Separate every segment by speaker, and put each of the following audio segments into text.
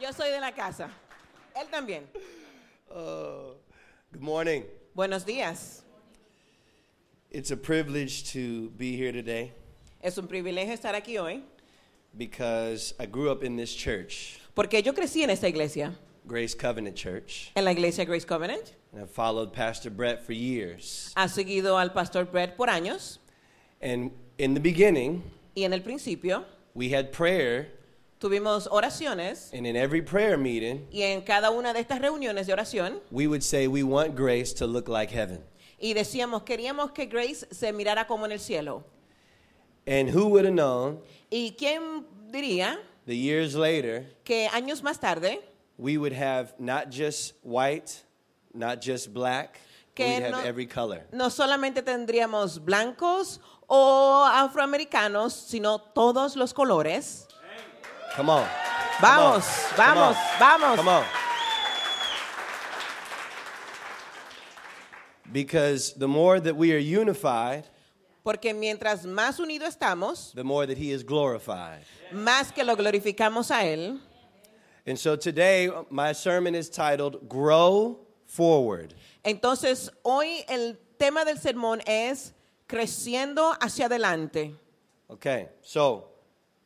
Speaker 1: Yo soy de la casa. Él también.
Speaker 2: Oh, good morning.
Speaker 1: Buenos días.
Speaker 2: It's a privilege to be here today
Speaker 1: Es un privilegio estar aquí hoy
Speaker 2: because I grew up in this church,
Speaker 1: porque yo crecí en esta iglesia,
Speaker 2: Grace Covenant Church,
Speaker 1: en la iglesia Grace Covenant.
Speaker 2: and I followed Pastor Brett for years.
Speaker 1: Ha seguido al pastor Brett por años
Speaker 2: And in the beginning,
Speaker 1: y en el principio
Speaker 2: we had prayer,
Speaker 1: tuvimos oraciones
Speaker 2: and in every prayer meeting,
Speaker 1: y en cada una de estas reuniones de oración
Speaker 2: we would say we want grace to look like heaven.
Speaker 1: y decíamos queríamos que Grace se mirara como en el cielo.
Speaker 2: And who would have known
Speaker 1: ¿Y quién diría
Speaker 2: the years later,
Speaker 1: que años más tarde
Speaker 2: we would have not just white, not just black,
Speaker 1: Que
Speaker 2: we have
Speaker 1: no-
Speaker 2: every color.
Speaker 1: no solamente tendríamos blancos o afroamericanos, sino todos los colores?
Speaker 2: Come on.
Speaker 1: Vamos,
Speaker 2: Come on.
Speaker 1: vamos, vamos.
Speaker 2: Come on. Because the more that we are unified,
Speaker 1: Porque mientras más unidos estamos,
Speaker 2: the more that He is glorified.
Speaker 1: más que lo glorificamos a Él.
Speaker 2: And so today, my sermon is titled Grow Forward.
Speaker 1: Entonces, hoy el tema del sermón es creciendo hacia adelante.
Speaker 2: Okay, so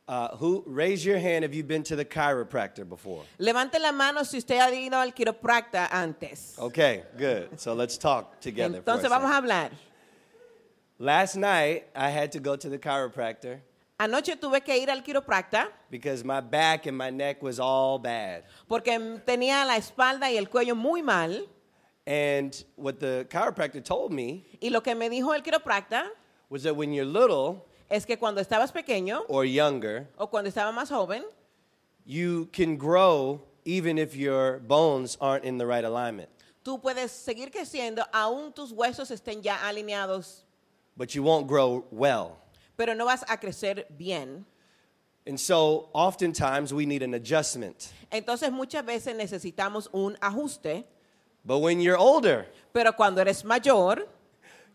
Speaker 2: uh, who raise your hand if you've been to the chiropractor before?
Speaker 1: Levante la mano si usted ha ido al quiropracta antes.
Speaker 2: Okay, good. So let's talk together. for a
Speaker 1: Entonces vamos a
Speaker 2: second.
Speaker 1: hablar.
Speaker 2: Last night, I had to go to the chiropractor
Speaker 1: Anoche tuve que ir al quiropracta
Speaker 2: because my back and my neck was all bad.
Speaker 1: porque mm, tenía la espalda y el cuello muy mal.
Speaker 2: And what the chiropractor told me
Speaker 1: Y lo que me dijo el quiropracta
Speaker 2: was that when you're little
Speaker 1: es que cuando estabas pequeño
Speaker 2: or younger,
Speaker 1: o cuando estaba más joven,
Speaker 2: you can grow even if your bones aren't in the right alignment.
Speaker 1: tú puedes seguir creciendo aún tus huesos estén ya alineados,
Speaker 2: But you won't grow well.
Speaker 1: pero no vas a crecer bien.
Speaker 2: And so oftentimes we need an adjustment.
Speaker 1: Entonces muchas veces necesitamos un ajuste,
Speaker 2: But when you're older,
Speaker 1: pero cuando eres mayor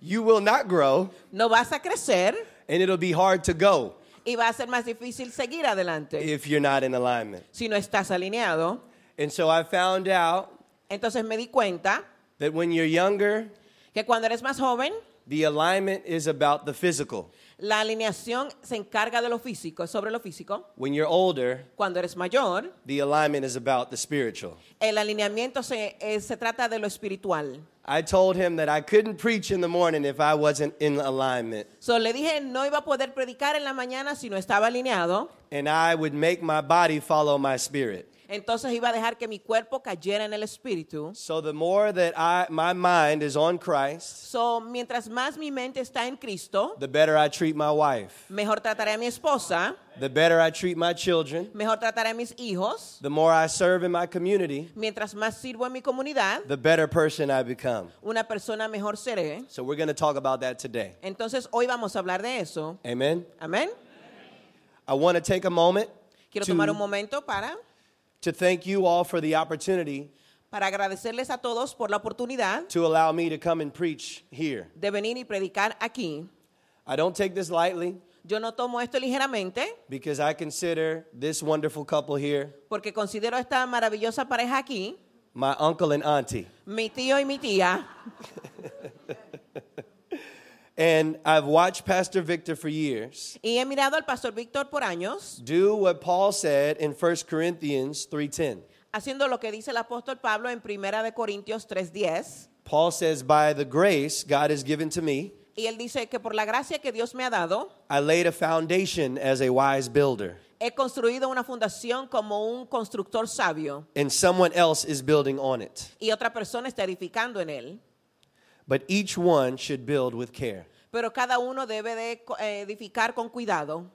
Speaker 2: you will not grow
Speaker 1: no vas a crecer
Speaker 2: and it'll be hard to go
Speaker 1: y va a ser más difícil seguir adelante
Speaker 2: if you're not in alignment.
Speaker 1: si no estás alineado.
Speaker 2: And so I found out
Speaker 1: Entonces me di cuenta
Speaker 2: that when you're younger,
Speaker 1: que cuando eres más joven,
Speaker 2: the alignment is about the physical.
Speaker 1: la alineación se encarga de lo físico, sobre lo físico.
Speaker 2: When you're older,
Speaker 1: Cuando eres mayor,
Speaker 2: the alignment is about the spiritual.
Speaker 1: el alineamiento se, eh, se trata de lo espiritual.
Speaker 2: I told him that I couldn't preach in the morning if I wasn't in alignment.
Speaker 1: So, le dije, no iba a poder predicar en la mañana si no estaba alineado.
Speaker 2: And I would make my body follow my spirit.
Speaker 1: Entonces iba a dejar que mi cuerpo cayera en el espíritu.
Speaker 2: So the more that I, my mind is on Christ,
Speaker 1: So, mientras más mi mente está en Cristo,
Speaker 2: the better I treat my wife,
Speaker 1: mejor trataré a mi esposa,
Speaker 2: the better I treat my children,
Speaker 1: mejor trataré a mis hijos.
Speaker 2: the more I serve in my community,
Speaker 1: Mientras más sirvo en mi comunidad,
Speaker 2: the better person I become.
Speaker 1: una persona mejor seré.
Speaker 2: So we're going to talk about that today.
Speaker 1: Entonces, hoy vamos a hablar de eso.
Speaker 2: Amen.
Speaker 1: Amén.
Speaker 2: I want to take a moment
Speaker 1: Quiero tomar un
Speaker 2: to,
Speaker 1: momento para,
Speaker 2: to thank you all for the opportunity
Speaker 1: para agradecerles a todos por la oportunidad
Speaker 2: to allow me to come and preach here.
Speaker 1: de venir y predicar aquí.
Speaker 2: I don't take this lightly.
Speaker 1: Yo no tomo esto ligeramente
Speaker 2: because I consider this wonderful couple here
Speaker 1: porque considero a esta maravillosa pareja aquí,
Speaker 2: my uncle and auntie.
Speaker 1: mi tío y mi tía.
Speaker 2: And I've watched Pastor Victor for years
Speaker 1: Y he mirado al pastor Víctor por años
Speaker 2: do what Paul said in 1 Corinthians 3:10.
Speaker 1: haciendo lo que dice el apóstol Pablo en Primera de Corintios 3:10.
Speaker 2: Paul says, "By the grace God has given to me,
Speaker 1: Y él dice que por la gracia que Dios me ha dado,
Speaker 2: I laid a foundation as a wise builder,
Speaker 1: he construido una fundación como un constructor sabio
Speaker 2: and someone else is building on it.
Speaker 1: y otra persona está edificando en él.
Speaker 2: But each one should build with care.
Speaker 1: Pero cada uno debe de co- eh, edificar con cuidado.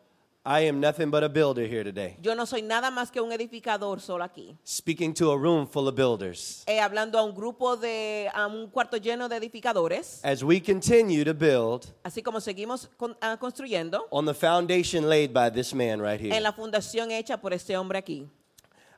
Speaker 2: I am nothing but a builder here today,
Speaker 1: Yo no soy nada más que un edificador solo aquí.
Speaker 2: speaking to a room full of builders.
Speaker 1: Eh, hablando a un grupo de, a un cuarto lleno de edificadores,
Speaker 2: As we continue to build
Speaker 1: así como seguimos con- ah, construyendo
Speaker 2: on the foundation laid by this man right here.
Speaker 1: en la fundación hecha por este hombre aquí.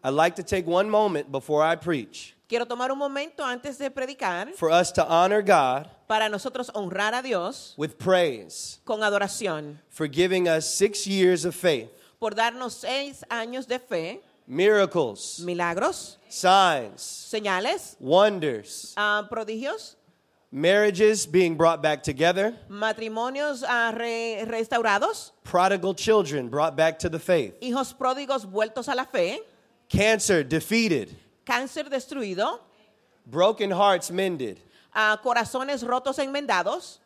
Speaker 2: I'd like to take one moment before I preach
Speaker 1: Quiero tomar un momento antes de predicar
Speaker 2: for us to honor God
Speaker 1: para nosotros honrar a Dios
Speaker 2: with praise
Speaker 1: con adoración
Speaker 2: for giving us six years of faith
Speaker 1: por darnos seis años de fe,
Speaker 2: miracles,
Speaker 1: milagros,
Speaker 2: signs,
Speaker 1: señales,
Speaker 2: wonders,
Speaker 1: ah, prodigios,
Speaker 2: marriages being brought back together,
Speaker 1: matrimonios ah, re- restaurados,
Speaker 2: prodigal children brought back to the faith,
Speaker 1: hijos pródigos vueltos a la fe,
Speaker 2: cancer defeated,
Speaker 1: cáncer destruido,
Speaker 2: broken hearts mended,
Speaker 1: ah, corazones rotos e enmendados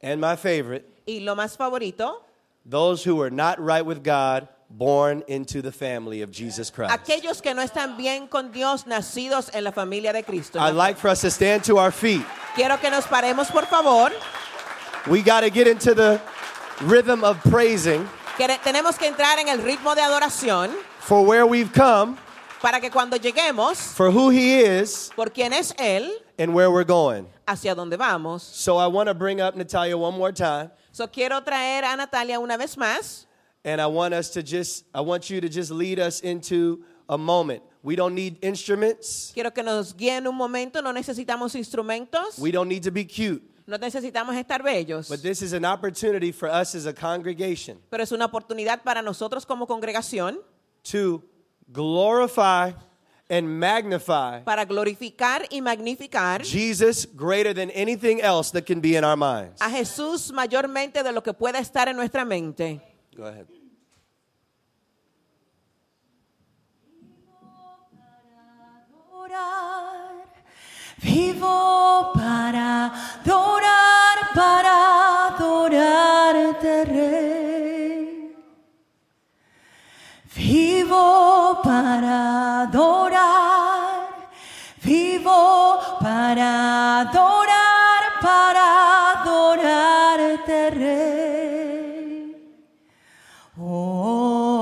Speaker 2: and my favorite,
Speaker 1: y lo más favorito,
Speaker 2: those who are not right with God born into the family of Jesus Christ.
Speaker 1: aquellos que no están bien con Dios nacidos en la familia de Cristo.
Speaker 2: I'd like for us to stand to our feet.
Speaker 1: Quiero que nos paremos, por favor.
Speaker 2: We got to get into the rhythm of praising
Speaker 1: Quere- tenemos que entrar en el ritmo de adoración
Speaker 2: for where we've come,
Speaker 1: para que cuando lleguemos,
Speaker 2: for who He is,
Speaker 1: por quién es Él,
Speaker 2: and where we're going.
Speaker 1: hacia dónde vamos.
Speaker 2: So I want to bring up Natalia one more time,
Speaker 1: So, quiero traer a Natalia una vez más
Speaker 2: and I want us to just, I want you to just lead us into a moment. We don't need instruments,
Speaker 1: Quiero que nos guíen un momento, no necesitamos instrumentos,
Speaker 2: we don't need to be cute,
Speaker 1: no necesitamos estar bellos,
Speaker 2: but this is an opportunity for us as a congregation
Speaker 1: pero es una oportunidad para nosotros como congregación
Speaker 2: to glorify and magnify
Speaker 1: para glorificar y magnificar
Speaker 2: Jesus greater than anything else that can be in our minds.
Speaker 1: a Jesús mayormente de lo que pueda estar en nuestra mente.
Speaker 2: Go ahead.
Speaker 3: adorar. Vivo para adorar, para adorarte, Rey. Vivo para adorar, vivo para adorar, para adorarte, Rey. Oh,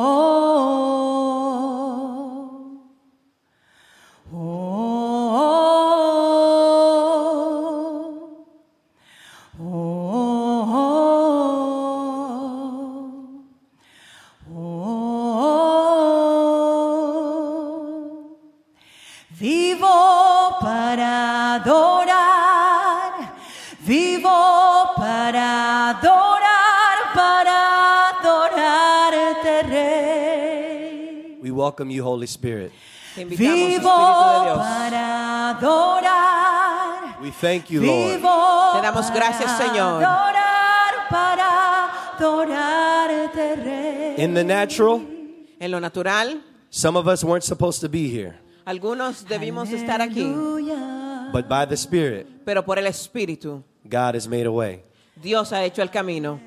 Speaker 3: oh, oh. Oh, oh, oh, oh, oh, oh. Vivo para adorar, vivo para adorar, para adorarte, Rey.
Speaker 2: We welcome you, Holy Spirit.
Speaker 1: Te invitamos,
Speaker 3: Vivo
Speaker 1: Espíritu de Dios.
Speaker 3: para adorar.
Speaker 2: We thank you, Lord.
Speaker 3: Vivo.
Speaker 1: Te damos
Speaker 3: para
Speaker 1: gracias, Señor.
Speaker 3: Adorar para adorarte, Rey.
Speaker 2: In the natural,
Speaker 1: En lo natural,
Speaker 2: some of us weren't supposed to be here,
Speaker 1: algunos debimos estar aquí,
Speaker 3: Aleluya.
Speaker 2: but by the Spirit,
Speaker 1: pero por el Espíritu,
Speaker 2: God has made a way.
Speaker 1: Dios ha hecho el camino.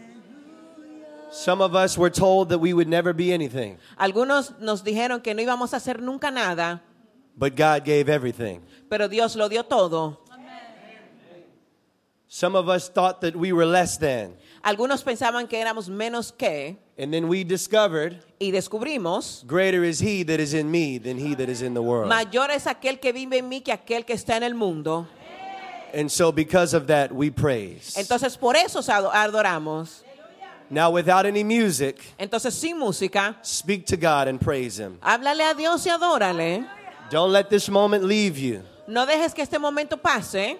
Speaker 2: Some of us were told that we would never be anything,
Speaker 1: Algunos nos dijeron que no íbamos a hacer nunca nada,
Speaker 2: but God gave everything.
Speaker 1: pero Dios lo dio todo.
Speaker 2: Some of us thought that we were less than,
Speaker 1: Algunos pensaban que éramos menos que
Speaker 2: and then we discovered
Speaker 1: y descubrimos,
Speaker 2: greater is He that is in me than He that is in the world.
Speaker 1: mayor es aquel que vive en mí que aquel que está en el mundo.
Speaker 2: And so, because of that, we praise.
Speaker 1: Entonces por eso os ado- adoramos.
Speaker 2: Now, without any music,
Speaker 1: Entonces sin música,
Speaker 2: speak to God and praise Him.
Speaker 1: háblale a Dios y adórale.
Speaker 2: Don't let this moment leave you.
Speaker 1: No dejes que este momento pase.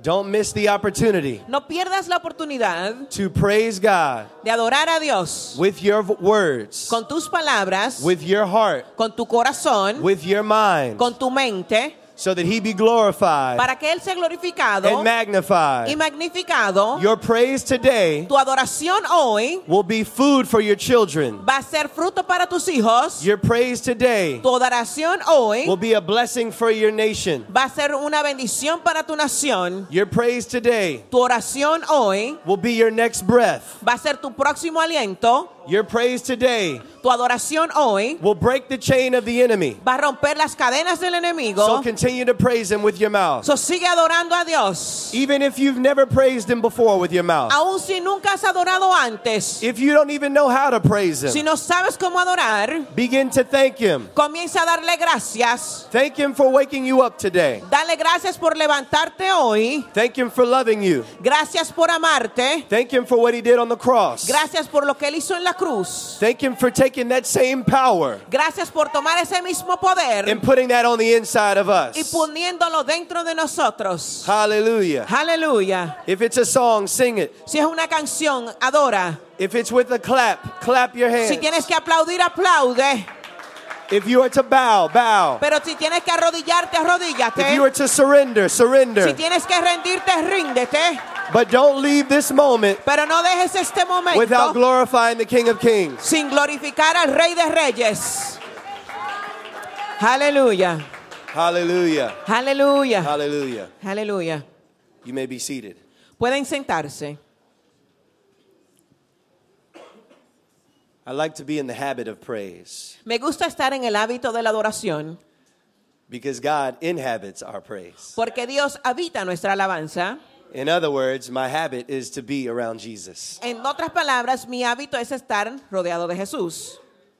Speaker 2: Don't miss the opportunity
Speaker 1: No pierdas la oportunidad
Speaker 2: to praise God
Speaker 1: de adorar a Dios
Speaker 2: with your v- words,
Speaker 1: con tus palabras,
Speaker 2: with your heart,
Speaker 1: con tu corazón,
Speaker 2: with your mind,
Speaker 1: con tu mente,
Speaker 2: so that He be glorified
Speaker 1: para que Él sea glorificado
Speaker 2: and
Speaker 1: y
Speaker 2: magnified.
Speaker 1: magnificado.
Speaker 2: Your praise today
Speaker 1: Tu adoración hoy
Speaker 2: will be food for your children.
Speaker 1: va a ser fruto para tus hijos.
Speaker 2: Your praise today
Speaker 1: Tu adoración hoy
Speaker 2: will be a blessing for your nation.
Speaker 1: va a ser una bendición para tu nación.
Speaker 2: Your praise today
Speaker 1: Tu oración hoy
Speaker 2: will be your next breath.
Speaker 1: va a ser tu próximo aliento.
Speaker 2: Your praise today
Speaker 1: Tu adoración hoy
Speaker 2: will break the chain of the enemy.
Speaker 1: va a romper las cadenas del
Speaker 2: So
Speaker 1: enemigo.
Speaker 2: continue to praise Him with your mouth.
Speaker 1: So sigue adorando a Dios.
Speaker 2: Even if you've never praised Him before with your mouth.
Speaker 1: Aun si nunca has adorado antes,
Speaker 2: If you don't even know how to praise
Speaker 1: si
Speaker 2: Him,
Speaker 1: no sabes cómo adorar,
Speaker 2: begin to thank Him.
Speaker 1: comienza a darle gracias.
Speaker 2: Thank Him for waking you up today.
Speaker 1: Dale gracias por levantarte hoy.
Speaker 2: Thank Him for loving you.
Speaker 1: Gracias por amarte.
Speaker 2: Thank Him for what He did on the cross.
Speaker 1: Gracias por lo que Él hizo en la la cruz.
Speaker 2: Thank Him for taking that same power
Speaker 1: Gracias por tomar ese mismo poder
Speaker 2: and putting that on the inside of
Speaker 1: y
Speaker 2: us.
Speaker 1: poniéndolo dentro de nosotros.
Speaker 2: Hallelujah.
Speaker 1: Aleluya.
Speaker 2: If it's a song, sing it.
Speaker 1: Si es una canción, adora.
Speaker 2: If it's with a clap, clap your
Speaker 1: Si
Speaker 2: hands.
Speaker 1: tienes que aplaudir, aplaude.
Speaker 2: If you are to bow, bow.
Speaker 1: Pero si tienes que arrodillarte,
Speaker 2: If
Speaker 1: arrodíllate.
Speaker 2: you are to surrender,
Speaker 1: Si
Speaker 2: surrender.
Speaker 1: tienes que rendirte, ríndete.
Speaker 2: But don't leave this moment
Speaker 1: Pero no dejes este momento
Speaker 2: without glorifying the King of Kings.
Speaker 1: sin glorificar al Rey de Reyes. Aleluya.
Speaker 2: Hallelujah.
Speaker 1: Aleluya.
Speaker 2: Hallelujah.
Speaker 1: Aleluya.
Speaker 2: You may be seated.
Speaker 1: Pueden sentarse.
Speaker 2: I like to be in the habit of praise
Speaker 1: Me gusta estar en el hábito de la adoración
Speaker 2: because God inhabits our praise.
Speaker 1: porque Dios habita nuestra alabanza.
Speaker 2: In other words, my habit is to be around Jesus.
Speaker 1: En otras palabras, mi hábito es estar rodeado de Jesús.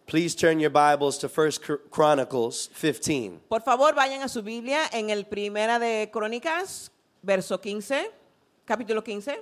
Speaker 2: Please turn your Bibles to 1 Chr- Chronicles 15.
Speaker 1: Por favor, vayan a su Biblia en el Primera de Crónicas, verso 15, capítulo 15.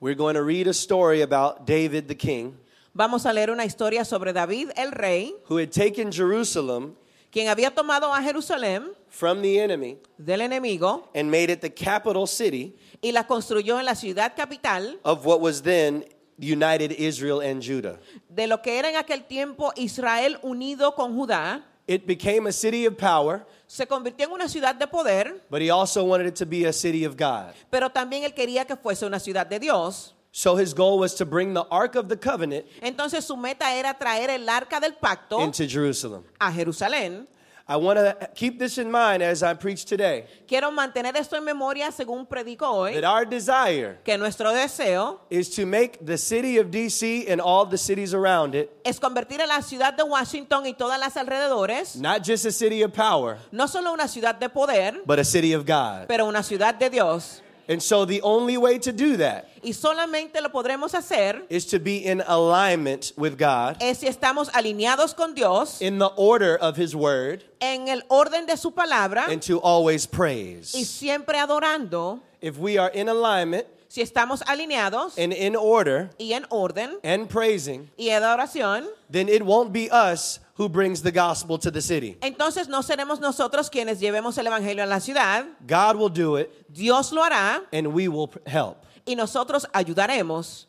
Speaker 2: We're going to read a story about David the king
Speaker 1: Vamos a leer una historia sobre David el rey,
Speaker 2: who had taken Jerusalem
Speaker 1: quien había tomado a Jerusalén
Speaker 2: from the enemy
Speaker 1: del enemigo
Speaker 2: and made it the capital city
Speaker 1: y la construyó en la ciudad capital
Speaker 2: of what was then united Israel and Judah.
Speaker 1: de lo que era en aquel tiempo Israel unido con Judá.
Speaker 2: It became a city of power,
Speaker 1: Se convirtió en una ciudad de poder,
Speaker 2: but he also wanted it to be a city of God.
Speaker 1: pero también él quería que fuese una ciudad de Dios.
Speaker 2: So his goal was to bring the Ark of the Covenant
Speaker 1: Entonces su meta era traer el arca del pacto
Speaker 2: into Jerusalem.
Speaker 1: a Jerusalén.
Speaker 2: I want to keep this in mind as I preach today
Speaker 1: Quiero mantener esto en memoria según predico hoy,
Speaker 2: that our desire
Speaker 1: que nuestro deseo
Speaker 2: is to make the city of DC and all the cities around it
Speaker 1: es convertir a la ciudad de Washington y todas las alrededores
Speaker 2: not just a city of power,
Speaker 1: no solo una ciudad de poder,
Speaker 2: but a city of God.
Speaker 1: pero una ciudad de Dios.
Speaker 2: And so the only way to do that
Speaker 1: Y solamente lo podremos hacer
Speaker 2: is to be in alignment with God
Speaker 1: es si estamos alineados con Dios
Speaker 2: in the order of his word
Speaker 1: en el orden de su palabra
Speaker 2: and to always
Speaker 1: y
Speaker 2: praise.
Speaker 1: siempre adorando,
Speaker 2: If we are in alignment
Speaker 1: si estamos alineados
Speaker 2: and in order
Speaker 1: y en orden
Speaker 2: and praising,
Speaker 1: y en adoración,
Speaker 2: then it won't be us who brings the gospel to the city.
Speaker 1: entonces no seremos nosotros quienes llevemos el evangelio a la ciudad,
Speaker 2: God will do it
Speaker 1: Dios lo hará
Speaker 2: and we will p- help.
Speaker 1: y nosotros ayudaremos.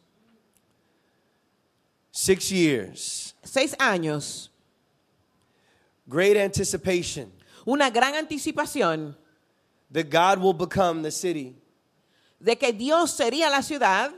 Speaker 2: Six years,
Speaker 1: Seis años,
Speaker 2: great anticipation
Speaker 1: una gran anticipación
Speaker 2: that God will become the city
Speaker 1: de que Dios sería la ciudad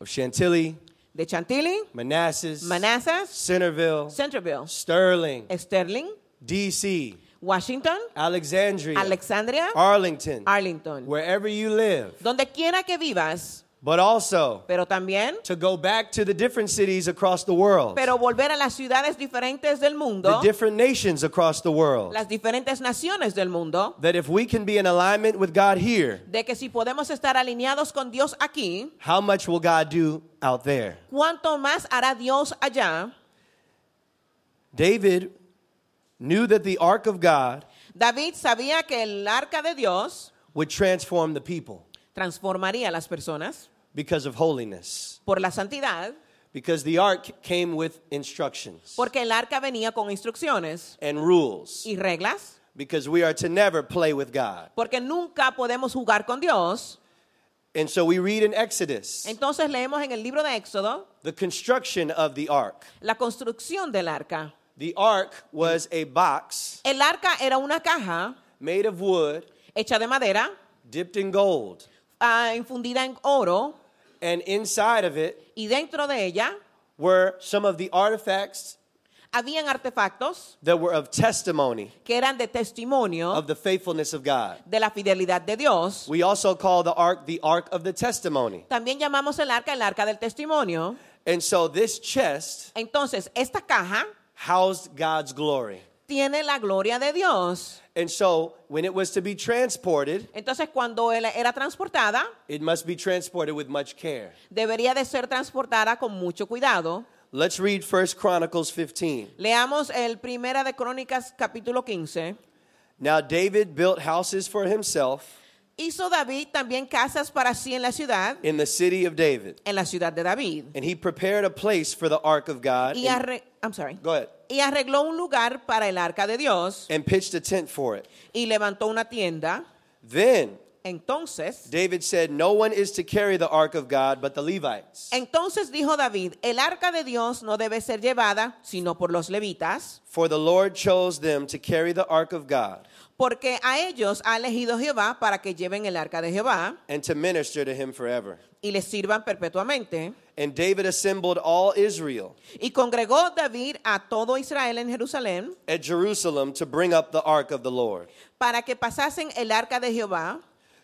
Speaker 2: of Chantilly,
Speaker 1: de Chantilly,
Speaker 2: Manassas,
Speaker 1: Manassas,
Speaker 2: Centerville,
Speaker 1: Centerville,
Speaker 2: Sterling,
Speaker 1: Sterling,
Speaker 2: DC,
Speaker 1: Washington,
Speaker 2: Alexandria,
Speaker 1: Alexandria,
Speaker 2: Ah. Arlington,
Speaker 1: Arlington.
Speaker 2: wherever you live,
Speaker 1: Donde quiera que vivas,
Speaker 2: but also
Speaker 1: pero también,
Speaker 2: to go back to the different cities across the world,
Speaker 1: pero volver a las ciudades diferentes del
Speaker 2: the
Speaker 1: mundo,
Speaker 2: different nations across the world.
Speaker 1: las diferentes naciones del mundo,
Speaker 2: That if we can be in alignment with God here,
Speaker 1: de que si podemos estar alineados con Dios aquí,
Speaker 2: how much will God do out there?
Speaker 1: ¿cuánto más hará Dios allá?
Speaker 2: David knew that the ark of God
Speaker 1: David sabía que el arca de Dios
Speaker 2: would transform the people
Speaker 1: transformaría a las personas
Speaker 2: because of holiness,
Speaker 1: por la santidad,
Speaker 2: because the ark came with instructions
Speaker 1: porque el arca venía con instrucciones
Speaker 2: and rules,
Speaker 1: y reglas,
Speaker 2: because we are to never play with God.
Speaker 1: porque nunca podemos jugar con Dios.
Speaker 2: And so we read in Exodus
Speaker 1: Entonces leemos en el libro de Éxodo
Speaker 2: the construction of the ark.
Speaker 1: la construcción del arca.
Speaker 2: The ark was a box
Speaker 1: El arca era una caja
Speaker 2: made of wood,
Speaker 1: hecha de madera,
Speaker 2: dipped in gold,
Speaker 1: ah, infundida en oro,
Speaker 2: and inside of it
Speaker 1: y dentro de ella
Speaker 2: were some of the artifacts
Speaker 1: habían artefactos
Speaker 2: that were of testimony
Speaker 1: que eran de testimonio
Speaker 2: of the faithfulness of God.
Speaker 1: de la fidelidad de Dios.
Speaker 2: We also call the ark the ark of the testimony.
Speaker 1: También llamamos el arca el arca del testimonio.
Speaker 2: And so this chest
Speaker 1: Entonces, esta caja
Speaker 2: housed God's glory.
Speaker 1: tiene la gloria de Dios.
Speaker 2: And so when it was to be transported,
Speaker 1: Entonces, cuando él era transportada,
Speaker 2: it must be transported with much care.
Speaker 1: debería de ser transportada con mucho cuidado.
Speaker 2: Let's read 1 Chronicles 15.
Speaker 1: Leamos el Primera de Crónicas capítulo 15.
Speaker 2: Now David built houses for himself
Speaker 1: Hizo David también casas para sí en la ciudad,
Speaker 2: in the city of David.
Speaker 1: en la ciudad de David.
Speaker 2: And he prepared a place for the ark of God.
Speaker 1: Y,
Speaker 2: And,
Speaker 1: arre- I'm sorry.
Speaker 2: go ahead.
Speaker 1: y arregló un lugar para el arca de Dios
Speaker 2: And pitched a tent for it.
Speaker 1: y levantó una tienda.
Speaker 2: Then
Speaker 1: Entonces,
Speaker 2: David said, No one is to carry the ark of God but the Levites.
Speaker 1: entonces dijo David, el arca de Dios no debe ser llevada sino por los levitas,
Speaker 2: For the Lord chose them to carry the ark of God
Speaker 1: porque a ellos ha elegido Jehová para que lleven el arca de Jehová
Speaker 2: and to minister to him forever.
Speaker 1: y les sirvan perpetuamente.
Speaker 2: And David assembled all Israel
Speaker 1: Y congregó David a todo Israel en Jerusalén
Speaker 2: at Jerusalem to bring up the ark of the Lord
Speaker 1: para que pasasen el arca de Jehová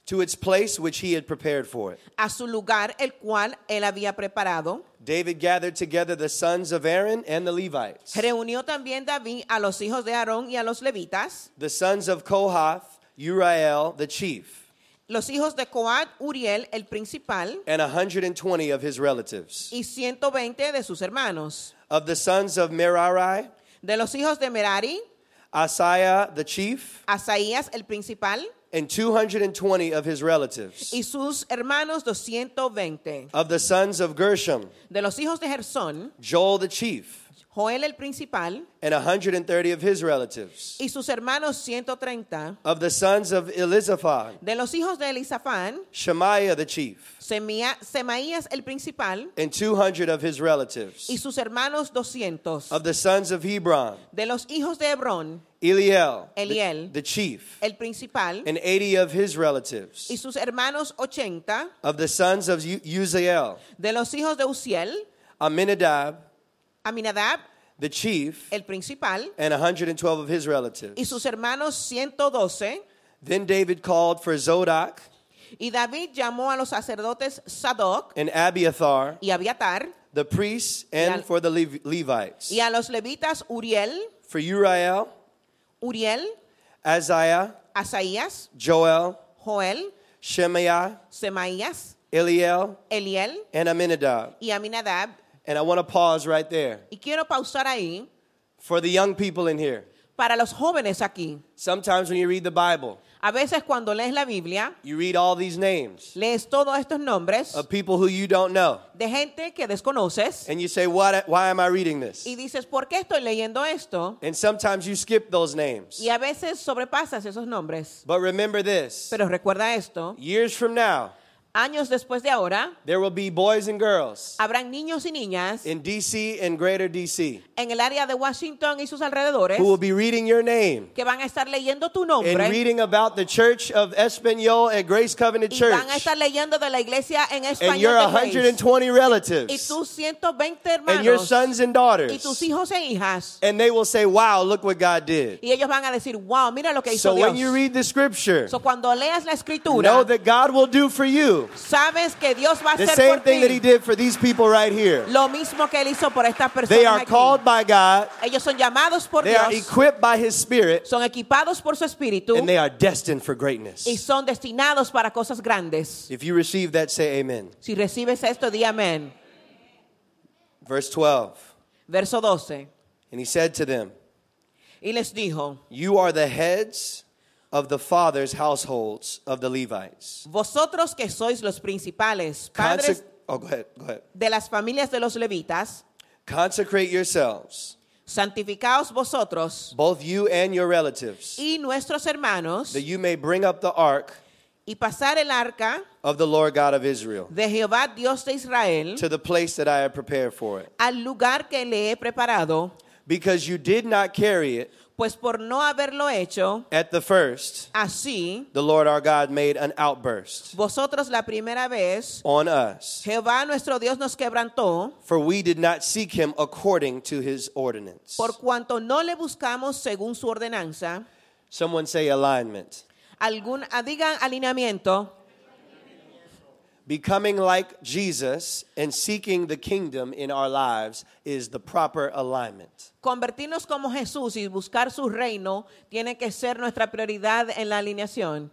Speaker 2: to its place which he had prepared for it.
Speaker 1: a su lugar el cual él había preparado.
Speaker 2: David gathered together the sons of Aaron and the Levites,
Speaker 1: Reunió también David a los hijos de Aarón y a los levitas,
Speaker 2: the sons of Kohath, Uriel the chief,
Speaker 1: los hijos de Coat, Uriel el principal
Speaker 2: and 120 of his relatives.
Speaker 1: y 120 de sus hermanos.
Speaker 2: Of the sons of Merari,
Speaker 1: De los hijos de Merari,
Speaker 2: Asaiah the chief,
Speaker 1: Asaías el principal
Speaker 2: and 220 of his relatives.
Speaker 1: y sus hermanos 220.
Speaker 2: Of the sons of Gershom,
Speaker 1: De los hijos de Gersón,
Speaker 2: Joel the chief,
Speaker 1: Joel el principal
Speaker 2: and 130 of his relatives.
Speaker 1: y sus hermanos 130.
Speaker 2: Of the sons of Elizaphan,
Speaker 1: De los hijos de Elisafán,
Speaker 2: Shemaiah the chief,
Speaker 1: Semía- Semaías el principal
Speaker 2: and 200 of his
Speaker 1: y
Speaker 2: relatives.
Speaker 1: sus hermanos 200.
Speaker 2: Of the sons of Hebron,
Speaker 1: De los hijos de Hebrón,
Speaker 2: Eliel,
Speaker 1: Eliel.
Speaker 2: The, the chief,
Speaker 1: el principal
Speaker 2: and 80 of his
Speaker 1: y
Speaker 2: relatives.
Speaker 1: sus hermanos 80.
Speaker 2: Of the sons of U- Uziel,
Speaker 1: De los hijos de Uziel,
Speaker 2: Aminadab,
Speaker 1: Aminadab
Speaker 2: the chief,
Speaker 1: el principal
Speaker 2: and 112 of his
Speaker 1: y
Speaker 2: relatives.
Speaker 1: sus hermanos 112.
Speaker 2: Then David called for Zodok
Speaker 1: Y David llamó a los sacerdotes Sadoc
Speaker 2: and Abiathar,
Speaker 1: y Abiatar
Speaker 2: the priests,
Speaker 1: Yan-
Speaker 2: and for the Lev- Levites,
Speaker 1: y a los levitas Uriel,
Speaker 2: for Uriel,
Speaker 1: Uriel,
Speaker 2: Azariah,
Speaker 1: Asaías,
Speaker 2: Joel,
Speaker 1: Joel,
Speaker 2: Shemaiah,
Speaker 1: Semaías,
Speaker 2: Eliel,
Speaker 1: Eliel
Speaker 2: and Aminadab.
Speaker 1: y Aminadab.
Speaker 2: And I want to pause right there.
Speaker 1: Y quiero pausar ahí
Speaker 2: For the young people in here,
Speaker 1: para los jóvenes aquí.
Speaker 2: sometimes when you read the Bible,
Speaker 1: A veces cuando lees la Biblia,
Speaker 2: you read all these names
Speaker 1: lees todos estos nombres
Speaker 2: of people who you don't know.
Speaker 1: de gente que desconoces
Speaker 2: And you say, "What- Why am I reading this?
Speaker 1: y dices, ¿por qué estoy leyendo esto?
Speaker 2: And sometimes you skip those names.
Speaker 1: Y a veces sobrepasas esos nombres.
Speaker 2: But remember this
Speaker 1: Pero recuerda esto,
Speaker 2: years from now,
Speaker 1: años después de ahora,
Speaker 2: there will be boys and girls
Speaker 1: habrán niños y niñas
Speaker 2: in DC and greater DC
Speaker 1: en el área de Washington y sus alrededores
Speaker 2: who will be reading your name
Speaker 1: que van a estar leyendo tu
Speaker 2: and
Speaker 1: nombre
Speaker 2: reading about the church of Espanol at Grace Covenant
Speaker 1: y van a
Speaker 2: Church
Speaker 1: estar leyendo de la iglesia en
Speaker 2: and your
Speaker 1: español. de Grace.
Speaker 2: 120
Speaker 1: y
Speaker 2: relatives
Speaker 1: tus 120
Speaker 2: and your
Speaker 1: hermanos
Speaker 2: sons and
Speaker 1: y tus
Speaker 2: daughters.
Speaker 1: hijos e hijas.
Speaker 2: And they will say, Wow, look what God did.
Speaker 1: Y ellos van a decir, wow, mira lo que hizo
Speaker 2: So when you
Speaker 1: Dios.
Speaker 2: read the scripture,
Speaker 1: So cuando leas la escritura,
Speaker 2: know that God will do for you
Speaker 1: sabes que Dios va a
Speaker 2: the
Speaker 1: hacer
Speaker 2: same
Speaker 1: por
Speaker 2: thing that He
Speaker 1: ti
Speaker 2: did for these people right here.
Speaker 1: lo mismo que Él hizo por estas
Speaker 2: They
Speaker 1: personas
Speaker 2: are
Speaker 1: aquí.
Speaker 2: called by God,
Speaker 1: Ellos son llamados por
Speaker 2: they are
Speaker 1: Dios,
Speaker 2: equipped by His Spirit,
Speaker 1: son equipados por su espíritu
Speaker 2: and they are destined for
Speaker 1: y
Speaker 2: greatness.
Speaker 1: son destinados para cosas grandes.
Speaker 2: If you receive that, say Amen.
Speaker 1: Si recibes esto, di amén.
Speaker 2: Verse 12.
Speaker 1: Verso 12.
Speaker 2: And He said to them,
Speaker 1: Y les dijo,
Speaker 2: You are the heads of the fathers' households of the Levites.
Speaker 1: vosotros que sois los principales
Speaker 2: Conse-
Speaker 1: padres
Speaker 2: oh, go ahead, go ahead.
Speaker 1: de las familias de los levitas,
Speaker 2: Consecrate yourselves,
Speaker 1: santificaos vosotros
Speaker 2: both you and your relatives.
Speaker 1: y nuestros hermanos
Speaker 2: that you may bring up the ark
Speaker 1: y pasar el arca
Speaker 2: of the Lord God of Israel
Speaker 1: de Jehová Dios de Israel
Speaker 2: to the place that I have prepared for it.
Speaker 1: al lugar que le he preparado,
Speaker 2: Because you did not carry it
Speaker 1: pues por no haberlo hecho
Speaker 2: at the first,
Speaker 1: así,
Speaker 2: the Lord our God made an outburst
Speaker 1: vosotros la primera vez,
Speaker 2: on us,
Speaker 1: Jehová nuestro Dios nos quebrantó,
Speaker 2: for we did not seek him according to his ordinance.
Speaker 1: por cuanto no le buscamos según su ordenanza,
Speaker 2: Someone say alignment.
Speaker 1: algún, ah, digan alineamiento,
Speaker 2: Becoming like Jesus and seeking the kingdom in our lives is the proper alignment.
Speaker 1: Convertirnos como Jesús y buscar su reino tiene que ser nuestra prioridad en la alineación.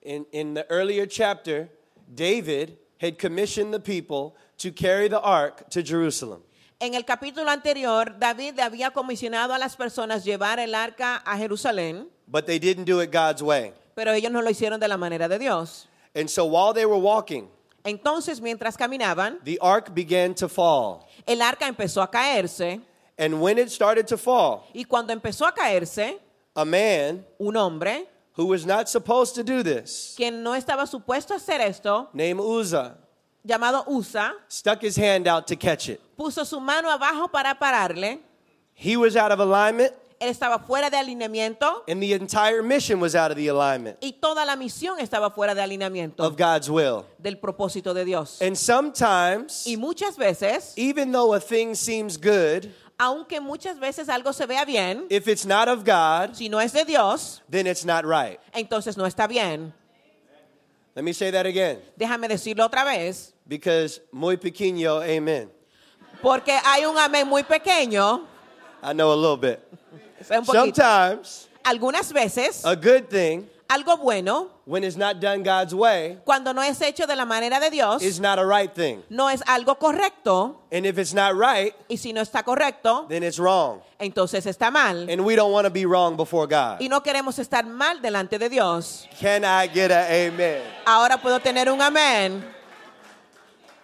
Speaker 2: In, in the earlier chapter, David had commissioned the people to carry the ark to Jerusalem.
Speaker 1: En el capítulo anterior, David había comisionado a las personas llevar el arca a Jerusalén,
Speaker 2: But they didn't do it God's way.
Speaker 1: pero ellos no lo hicieron de la manera de Dios.
Speaker 2: And so while they were walking,
Speaker 1: Entonces, mientras caminaban,
Speaker 2: the ark began to fall.
Speaker 1: el arca empezó a caerse
Speaker 2: And when it started to fall,
Speaker 1: y cuando empezó a caerse,
Speaker 2: a man
Speaker 1: un hombre
Speaker 2: who was not supposed to do this,
Speaker 1: quien no estaba supuesto a hacer esto,
Speaker 2: named Uzzah,
Speaker 1: llamado Usa,
Speaker 2: stuck his hand out to catch it.
Speaker 1: puso su mano abajo para pararle.
Speaker 2: He was out of alignment,
Speaker 1: Él estaba fuera de alineamiento
Speaker 2: and the entire mission was out of the alignment
Speaker 1: y toda la misión estaba fuera de alineamiento
Speaker 2: of God's will.
Speaker 1: del propósito de Dios.
Speaker 2: And sometimes,
Speaker 1: Y muchas veces,
Speaker 2: even though a thing seems good,
Speaker 1: aunque muchas veces algo se vea bien,
Speaker 2: if it's not of God,
Speaker 1: si no es de Dios,
Speaker 2: then it's not right.
Speaker 1: entonces no está bien.
Speaker 2: Let me say that again
Speaker 1: Déjame decirlo otra vez,
Speaker 2: because muy pequeño, amen.
Speaker 1: porque hay un amén muy pequeño.
Speaker 2: I know a little bit.
Speaker 1: o sea, un poquito.
Speaker 2: Sometimes
Speaker 1: Algunas veces,
Speaker 2: a good thing,
Speaker 1: algo bueno,
Speaker 2: when it's not done God's way,
Speaker 1: cuando no es hecho de la manera de Dios,
Speaker 2: is not a right thing.
Speaker 1: no es algo correcto.
Speaker 2: And if it's not right,
Speaker 1: Y si no está correcto,
Speaker 2: then it's wrong.
Speaker 1: entonces está mal.
Speaker 2: And we don't want to be wrong before God.
Speaker 1: Y no queremos estar mal delante de Dios.
Speaker 2: Can I get an amen?
Speaker 1: Ahora puedo tener un amén.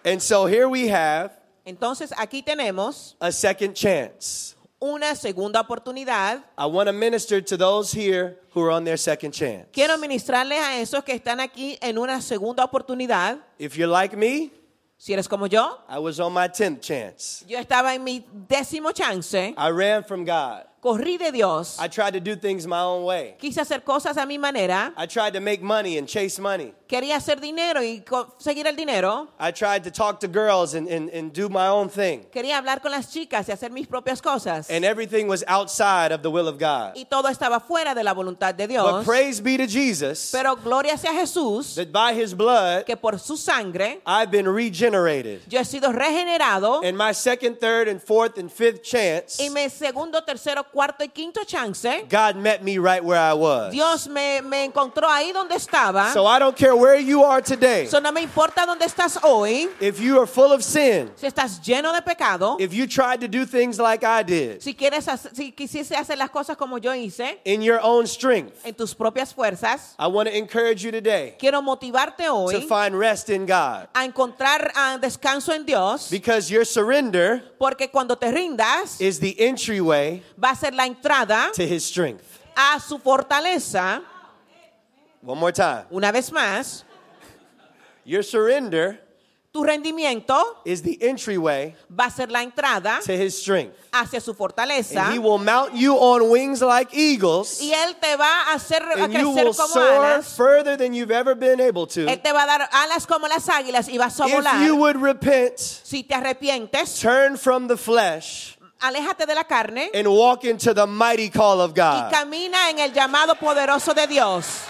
Speaker 2: And so here we have
Speaker 1: Entonces aquí tenemos
Speaker 2: a second chance.
Speaker 1: una segunda oportunidad
Speaker 2: I want to minister to those here who are on their second chance.
Speaker 1: Quiero ministrarles a esos que están aquí en una segunda oportunidad.
Speaker 2: If you're like me,
Speaker 1: Si eres como yo,
Speaker 2: I was on my 10th chance.
Speaker 1: yo estaba en mi décimo chance,
Speaker 2: I ran from God.
Speaker 1: corrí de Dios,
Speaker 2: I tried to do things my own way.
Speaker 1: quise hacer cosas a mi manera,
Speaker 2: I tried to make money and chase money.
Speaker 1: quería hacer dinero y conseguir el dinero,
Speaker 2: I tried to talk to girls and, and, and do my own thing.
Speaker 1: quería hablar con las chicas y hacer mis propias cosas.
Speaker 2: And everything was outside of the will of God.
Speaker 1: Y todo estaba fuera de la voluntad de
Speaker 2: But
Speaker 1: Dios.
Speaker 2: praise be to Jesus
Speaker 1: Pero gloria sea a Jesús,
Speaker 2: that by his blood,
Speaker 1: que por su sangre
Speaker 2: I've been regenerated.
Speaker 1: yo he sido regenerado.
Speaker 2: And my second, third, and fourth, and fifth chance,
Speaker 1: Y mi segundo, tercero, cuarto y quinto chance,
Speaker 2: God met me right where I was.
Speaker 1: Dios me, me encontró ahí donde estaba.
Speaker 2: So I don't care where you are today.
Speaker 1: So, no me importa dónde estás hoy,
Speaker 2: If you are full of sin,
Speaker 1: si estás lleno de pecado,
Speaker 2: if you tried to do things like I did,
Speaker 1: si quieres, hacer- si quisiese hacer las cosas como yo hice,
Speaker 2: in your own strength,
Speaker 1: en tus propias fuerzas,
Speaker 2: I want to encourage you today
Speaker 1: quiero motivarte
Speaker 2: to
Speaker 1: hoy
Speaker 2: find rest in God.
Speaker 1: a encontrar ah, descanso en Dios,
Speaker 2: Because your surrender
Speaker 1: porque cuando te rindas,
Speaker 2: is the entryway
Speaker 1: va a ser la entrada
Speaker 2: to his strength.
Speaker 1: a su fortaleza.
Speaker 2: One more time.
Speaker 1: Una vez más,
Speaker 2: Your surrender
Speaker 1: tu rendimiento
Speaker 2: is the entryway
Speaker 1: va a ser la entrada
Speaker 2: to his strength.
Speaker 1: hacia su fortaleza.
Speaker 2: And he will mount you on wings like eagles.
Speaker 1: Y Él te va a hacer
Speaker 2: and
Speaker 1: crecer
Speaker 2: you will
Speaker 1: como
Speaker 2: soar
Speaker 1: alas. Eh,
Speaker 2: further than you've ever been able
Speaker 1: Él
Speaker 2: to.
Speaker 1: te va a dar alas como las águilas y vas a
Speaker 2: If
Speaker 1: volar.
Speaker 2: you would repent,
Speaker 1: Si te arrepientes,
Speaker 2: turn from the flesh,
Speaker 1: aléjate de la carne
Speaker 2: and walk into the mighty call of
Speaker 1: y
Speaker 2: God.
Speaker 1: camina en el llamado poderoso de Dios.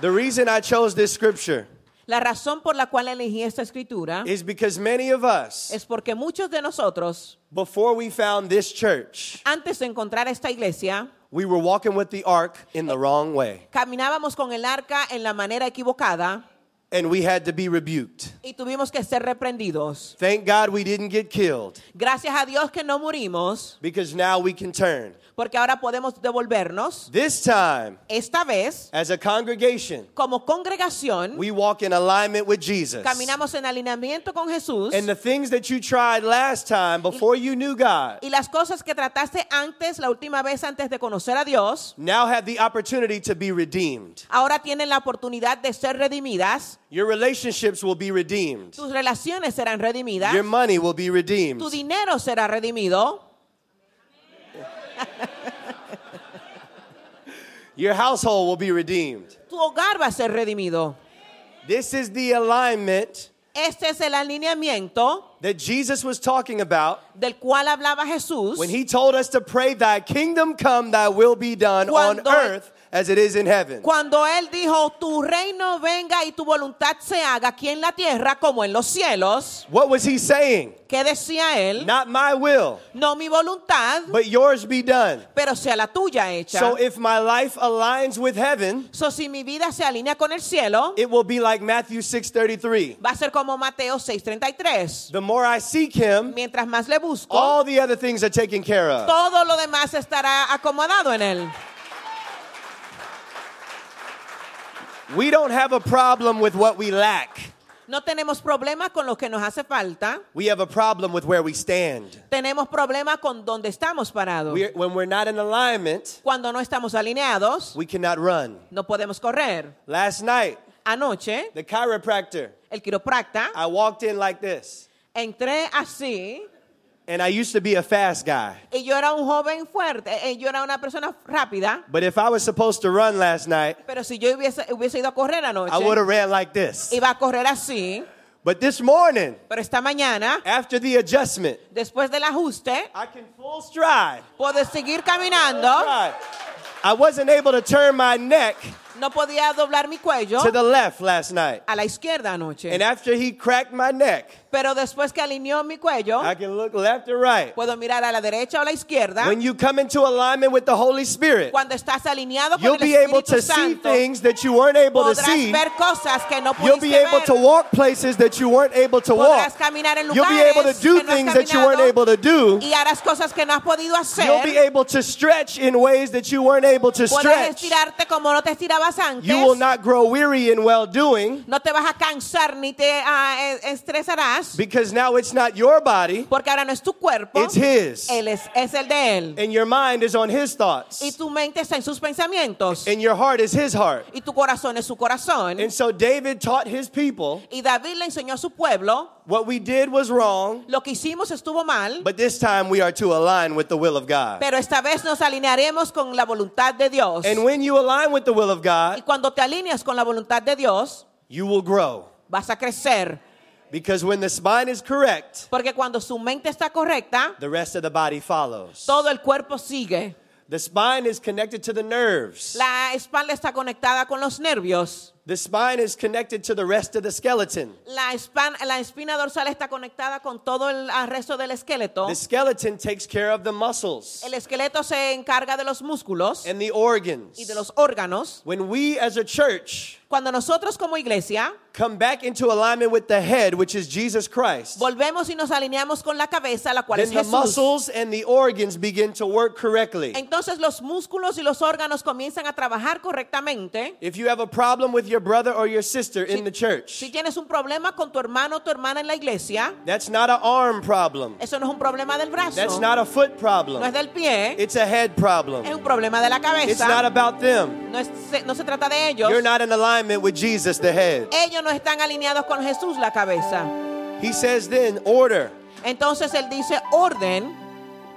Speaker 2: The reason I chose this scripture
Speaker 1: La razón por la cual elegí esta escritura
Speaker 2: is because many of us,
Speaker 1: es porque muchos de nosotros,
Speaker 2: before we found this church,
Speaker 1: antes de encontrar esta iglesia,
Speaker 2: we were walking with the ark in the wrong way,
Speaker 1: caminábamos con el arca en la manera equivocada
Speaker 2: and we had to be rebuked.
Speaker 1: y tuvimos que ser reprendidos.
Speaker 2: Thank God we didn't get killed
Speaker 1: Gracias a Dios que no murimos,
Speaker 2: because now we can turn.
Speaker 1: porque ahora podemos devolvernos.
Speaker 2: This time,
Speaker 1: Esta vez,
Speaker 2: as a congregation,
Speaker 1: como congregación,
Speaker 2: we walk in alignment with Jesus.
Speaker 1: caminamos en alineamiento con Jesús.
Speaker 2: And the things that you tried last time before you knew God
Speaker 1: Y las cosas que trataste antes, la última vez antes de conocer a Dios,
Speaker 2: now have the opportunity to be redeemed.
Speaker 1: ahora tienen la oportunidad de ser redimidas.
Speaker 2: Your relationships will be redeemed.
Speaker 1: Tus relaciones serán redimidas.
Speaker 2: Your money will be redeemed.
Speaker 1: Tu dinero será redimido.
Speaker 2: Your household will be redeemed.
Speaker 1: Tu hogar va a ser redimido.
Speaker 2: This is the alignment
Speaker 1: Este es el alineamiento
Speaker 2: that Jesus was talking about
Speaker 1: del cual hablaba Jesús
Speaker 2: when he told us to pray, Thy kingdom come, Thy will be done on
Speaker 1: Cuando-
Speaker 2: earth as it is in heaven.
Speaker 1: Cuando él dijo, tu reino venga y tu voluntad se haga aquí en la tierra como en los cielos,
Speaker 2: What was he saying?
Speaker 1: ¿qué decía él?
Speaker 2: Not my will,
Speaker 1: No mi voluntad,
Speaker 2: but yours be done.
Speaker 1: pero sea la tuya hecha.
Speaker 2: So eh, if my life aligns with heaven,
Speaker 1: So, si mi vida se alinea con el cielo,
Speaker 2: it will be like Matthew 6:33.
Speaker 1: va a ser como Mateo 6:33.
Speaker 2: The more I seek him,
Speaker 1: Mientras más le busco,
Speaker 2: all the other things are taken care of.
Speaker 1: todo lo demás estará acomodado en él.
Speaker 2: We don't have a problem with what we lack.
Speaker 1: No tenemos problema con lo que nos hace falta.
Speaker 2: We have a problem with where we stand.
Speaker 1: Tenemos problema con donde estamos parados.
Speaker 2: We're, when we're not in alignment,
Speaker 1: Cuando no estamos alineados,
Speaker 2: we cannot run.
Speaker 1: no podemos correr.
Speaker 2: Last night,
Speaker 1: Anoche,
Speaker 2: the chiropractor,
Speaker 1: el quiropracta,
Speaker 2: I walked in like this,
Speaker 1: entré así
Speaker 2: and I used to be a fast guy.
Speaker 1: y yo era un joven fuerte, eh, yo era una persona rápida,
Speaker 2: But if I was supposed to run last night,
Speaker 1: pero si yo hubiese, hubiese ido a correr anoche,
Speaker 2: I would have ran like this.
Speaker 1: iba a correr así,
Speaker 2: But this morning,
Speaker 1: pero esta mañana,
Speaker 2: after the adjustment,
Speaker 1: después del ajuste,
Speaker 2: I can full stride.
Speaker 1: puedo seguir caminando,
Speaker 2: stride. I wasn't able to turn my neck
Speaker 1: no podía doblar mi cuello
Speaker 2: to the left last night.
Speaker 1: a la izquierda anoche,
Speaker 2: And after he cracked my neck,
Speaker 1: pero después que alineó mi cuello,
Speaker 2: I can look left or right.
Speaker 1: puedo mirar a la derecha o a la izquierda.
Speaker 2: When you come into alignment with the Holy Spirit,
Speaker 1: Cuando estás alineado con
Speaker 2: you'll
Speaker 1: el
Speaker 2: be able
Speaker 1: Espíritu
Speaker 2: to see
Speaker 1: Santo,
Speaker 2: things that you weren't able to
Speaker 1: podrás
Speaker 2: see.
Speaker 1: ver cosas que no
Speaker 2: You'll
Speaker 1: pudiste
Speaker 2: be able
Speaker 1: ver.
Speaker 2: to walk places that you weren't able to
Speaker 1: podrás
Speaker 2: walk.
Speaker 1: caminar en
Speaker 2: You'll
Speaker 1: lugares
Speaker 2: be able to do
Speaker 1: que no has
Speaker 2: things that you
Speaker 1: caminado
Speaker 2: weren't able to do.
Speaker 1: y harás cosas que no has podido hacer.
Speaker 2: You'll be able to stretch in ways that you weren't able to
Speaker 1: Podrás
Speaker 2: stretch.
Speaker 1: estirarte como no te estirabas antes.
Speaker 2: You will not grow weary in well doing
Speaker 1: no te vas a cansar ni te ah, e- estresarás
Speaker 2: because now it's not your body,
Speaker 1: porque ahora no es tu cuerpo.
Speaker 2: it's His.
Speaker 1: Él es, es el de él.
Speaker 2: And your mind is on His
Speaker 1: Y
Speaker 2: thoughts,
Speaker 1: E tu mente está en sus pensamientos.
Speaker 2: and your heart is His heart.
Speaker 1: Y tu corazón es su corazón.
Speaker 2: And so David taught his people
Speaker 1: y David le enseñó a su pueblo,
Speaker 2: what we did was wrong,
Speaker 1: lo que hicimos estuvo mal,
Speaker 2: but this time we are to align with the will of God.
Speaker 1: pero esta vez nos alinearemos con la voluntad de Dios.
Speaker 2: And when you align with the will of
Speaker 1: Y
Speaker 2: God,
Speaker 1: cuando te alineas con la voluntad de Dios,
Speaker 2: you will grow.
Speaker 1: vas a crecer.
Speaker 2: Because when the spine is correct,
Speaker 1: Porque cuando su mente está correcta,
Speaker 2: the rest of the body follows.
Speaker 1: todo el cuerpo sigue.
Speaker 2: The spine is connected to the nerves.
Speaker 1: La espalda está conectada con los nervios.
Speaker 2: The spine is connected to the rest of the skeleton.
Speaker 1: La, espan- la espina dorsal está conectada con todo el ah, resto del esqueleto.
Speaker 2: The skeleton takes care of the muscles
Speaker 1: El esqueleto se encarga de los músculos
Speaker 2: and the organs.
Speaker 1: y de los órganos.
Speaker 2: When we as a church
Speaker 1: Cuando nosotros como iglesia
Speaker 2: come back into alignment with the head, which is Jesus Christ,
Speaker 1: volvemos y nos alineamos con la cabeza, la cual
Speaker 2: then
Speaker 1: es
Speaker 2: the
Speaker 1: Jesús,
Speaker 2: muscles and the organs begin to work correctly.
Speaker 1: entonces los músculos y los órganos comienzan a trabajar correctamente.
Speaker 2: If you have a problem with your brother or your sister in the church,
Speaker 1: Si tienes un problema con tu hermano o tu hermana en la iglesia,
Speaker 2: that's not an arm problem.
Speaker 1: eso no es un problema del
Speaker 2: That's
Speaker 1: brazo,
Speaker 2: not a foot
Speaker 1: no es
Speaker 2: problem.
Speaker 1: del pie,
Speaker 2: It's a head
Speaker 1: es
Speaker 2: problem.
Speaker 1: un problema de la
Speaker 2: It's not
Speaker 1: cabeza.
Speaker 2: about them.
Speaker 1: No, es- se, no se trata de ellos.
Speaker 2: You're not in alignment with Jesus, the head.
Speaker 1: Ellos no están alineados con Jesús, la cabeza.
Speaker 2: He says then, order.
Speaker 1: Entonces él dice orden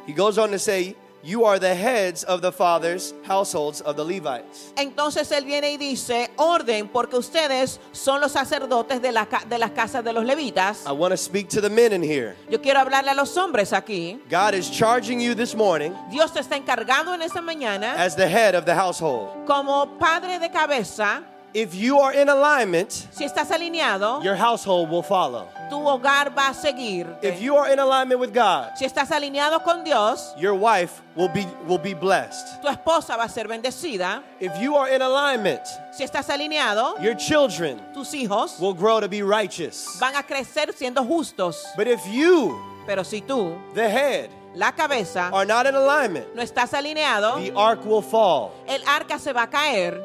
Speaker 2: He goes on to say, You are the heads of the fathers, households of the Levites.
Speaker 1: Entonces él viene y dice, orden, porque ustedes son los sacerdotes de, la ca- de las casas de los levitas.
Speaker 2: I want to speak to the men in here.
Speaker 1: Yo quiero hablarle a los hombres aquí.
Speaker 2: God is charging you this morning
Speaker 1: Dios te está encargando en esta mañana
Speaker 2: as the head of the household.
Speaker 1: como padre de cabeza.
Speaker 2: If you are in alignment,
Speaker 1: Si estás alineado,
Speaker 2: your household will follow.
Speaker 1: tu hogar va a seguir.
Speaker 2: If you are in alignment with God,
Speaker 1: Si estás alineado con Dios,
Speaker 2: your wife will be will be blessed.
Speaker 1: tu esposa va a ser bendecida.
Speaker 2: If you are in alignment,
Speaker 1: Si estás alineado,
Speaker 2: your children
Speaker 1: tus hijos
Speaker 2: will grow to be righteous.
Speaker 1: van a crecer siendo justos.
Speaker 2: But if you,
Speaker 1: Pero si tú,
Speaker 2: the head,
Speaker 1: la cabeza,
Speaker 2: are not in alignment,
Speaker 1: no estás alineado,
Speaker 2: the ark will fall.
Speaker 1: el arca se va a caer.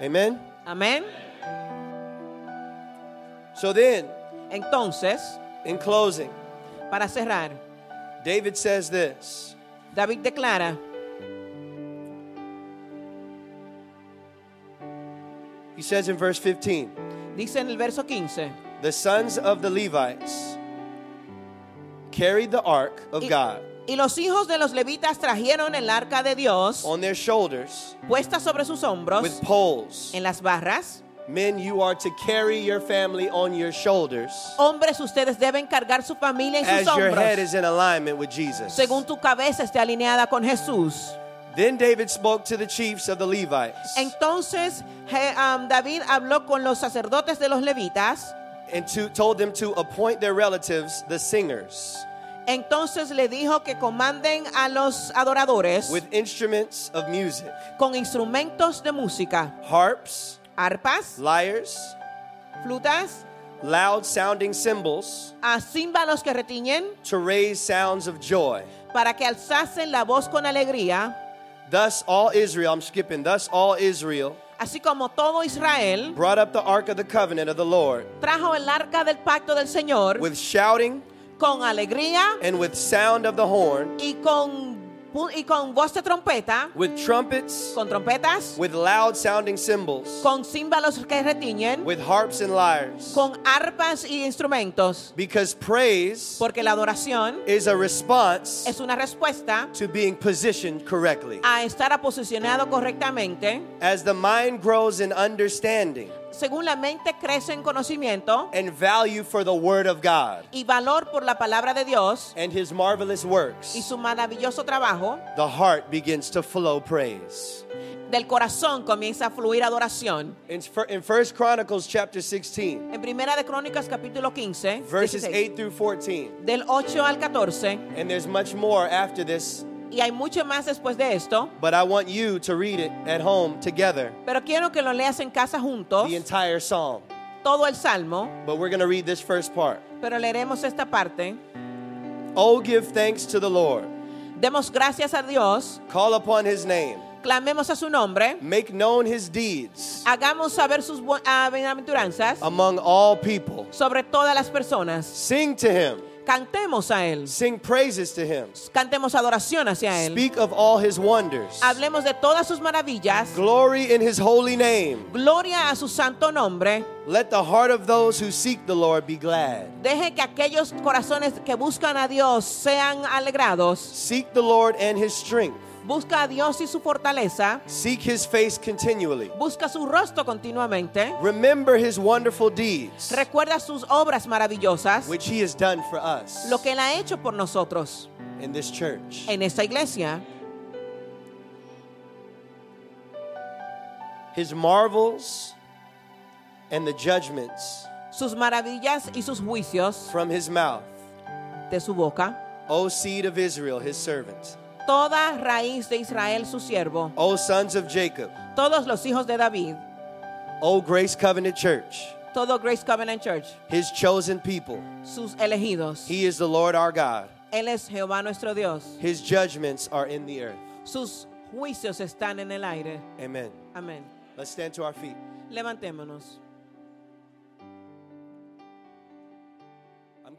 Speaker 2: Amen.
Speaker 1: Amén.
Speaker 2: So then,
Speaker 1: Entonces,
Speaker 2: in closing,
Speaker 1: para cerrar,
Speaker 2: David says this.
Speaker 1: David declara,
Speaker 2: He says in verse 15,
Speaker 1: dice en el verso 15,
Speaker 2: the sons of the Levites carried the ark of
Speaker 1: y,
Speaker 2: God
Speaker 1: y los hijos de los levitas trajeron el arca de Dios
Speaker 2: on their shoulders
Speaker 1: puesta sobre sus
Speaker 2: with
Speaker 1: hombros
Speaker 2: poles.
Speaker 1: en las barras.
Speaker 2: Men, you are to carry your family on your shoulders.
Speaker 1: Hombres, ustedes deben cargar su familia en
Speaker 2: as
Speaker 1: sus
Speaker 2: your head
Speaker 1: hombros.
Speaker 2: is in alignment with Jesus.
Speaker 1: Según tu cabeza esté alineada con Jesús.
Speaker 2: Then David spoke to the chiefs of the Levites
Speaker 1: Entonces Je- am, David habló con los sacerdotes de los levitas.
Speaker 2: and to, told them to appoint their relatives, the singers,
Speaker 1: Entonces le dijo que comanden a los adoradores
Speaker 2: with instruments of music,
Speaker 1: con instrumentos de música,
Speaker 2: harps,
Speaker 1: arpas,
Speaker 2: lyres,
Speaker 1: flutas,
Speaker 2: loud sounding cymbals,
Speaker 1: a címbalos que retiñen
Speaker 2: to raise sounds of joy.
Speaker 1: para que alzasen la voz con alegría,
Speaker 2: Thus all Israel, I'm skipping, thus all Israel
Speaker 1: así como todo Israel
Speaker 2: brought up the ark of the covenant of the Lord
Speaker 1: trajo el arca del pacto del Señor
Speaker 2: with shouting
Speaker 1: con alegría
Speaker 2: and with sound of the horn,
Speaker 1: y con, pu- y con voz de trompeta,
Speaker 2: with trumpets,
Speaker 1: con trompetas,
Speaker 2: with loud sounding cymbals,
Speaker 1: con címbalos que retiñen,
Speaker 2: with harps and lyres.
Speaker 1: con arpas y instrumentos,
Speaker 2: Because praise
Speaker 1: porque la adoración
Speaker 2: is a response
Speaker 1: es una respuesta
Speaker 2: to being positioned correctly.
Speaker 1: a estar posicionado correctamente.
Speaker 2: As the mind grows in understanding
Speaker 1: Según la mente crece en conocimiento
Speaker 2: and value for the Word of God
Speaker 1: y valor por la palabra de Dios
Speaker 2: and His marvelous
Speaker 1: y
Speaker 2: works,
Speaker 1: su maravilloso trabajo,
Speaker 2: the heart begins to flow praise.
Speaker 1: del corazón comienza a fluir adoración.
Speaker 2: In, fir- in First Chronicles chapter 16,
Speaker 1: En Primera de Crónicas capítulo 15,
Speaker 2: verses
Speaker 1: 16,
Speaker 2: 8 through 14,
Speaker 1: del 8 al 14,
Speaker 2: and there's much more after this,
Speaker 1: y hay mucho más después de esto,
Speaker 2: but I want you to read it at home together,
Speaker 1: pero quiero que lo leas en casa juntos,
Speaker 2: the entire psalm.
Speaker 1: todo el salmo,
Speaker 2: But we're going to read this first part.
Speaker 1: pero leeremos esta parte.
Speaker 2: Oh, give thanks to the Lord,
Speaker 1: Demos gracias a Dios,
Speaker 2: call upon His name.
Speaker 1: clamemos a su nombre,
Speaker 2: Make known his deeds
Speaker 1: hagamos saber sus bu- ah, bienaventuranzas
Speaker 2: among all people.
Speaker 1: sobre todas las personas.
Speaker 2: Sing to him.
Speaker 1: Cantemos a Él,
Speaker 2: Sing praises to him.
Speaker 1: cantemos adoración hacia Él,
Speaker 2: Speak of all his wonders.
Speaker 1: hablemos de todas sus maravillas,
Speaker 2: Glory in his holy name.
Speaker 1: gloria a su santo nombre.
Speaker 2: Let the heart of those who seek the Lord be glad.
Speaker 1: Deje que aquellos corazones que buscan a Dios sean alegrados.
Speaker 2: Seek the Lord and his strength.
Speaker 1: Busca a Dios y su fortaleza.
Speaker 2: Seek his face continually.
Speaker 1: Busca su rostro continuamente.
Speaker 2: Remember his wonderful deeds,
Speaker 1: Recuerda sus obras maravillosas,
Speaker 2: which he has done for us
Speaker 1: lo que Él ha hecho por nosotros
Speaker 2: in this church.
Speaker 1: en esta iglesia.
Speaker 2: His marvels and the judgments
Speaker 1: Sus maravillas y sus juicios
Speaker 2: from his mouth.
Speaker 1: de su boca.
Speaker 2: O seed of Israel, his servant.
Speaker 1: Toda raíz de Israel, su siervo.
Speaker 2: O sons of Jacob,
Speaker 1: Todos los hijos de David.
Speaker 2: O Grace Covenant Church,
Speaker 1: Todo Grace Covenant Church.
Speaker 2: his chosen people,
Speaker 1: Sus elegidos.
Speaker 2: he is the Lord our God.
Speaker 1: Él es Jehová nuestro Dios.
Speaker 2: His judgments are in the earth.
Speaker 1: Sus juicios están en el aire.
Speaker 2: Amen.
Speaker 1: Amén.
Speaker 2: Let's stand to our feet.
Speaker 1: Levantémonos.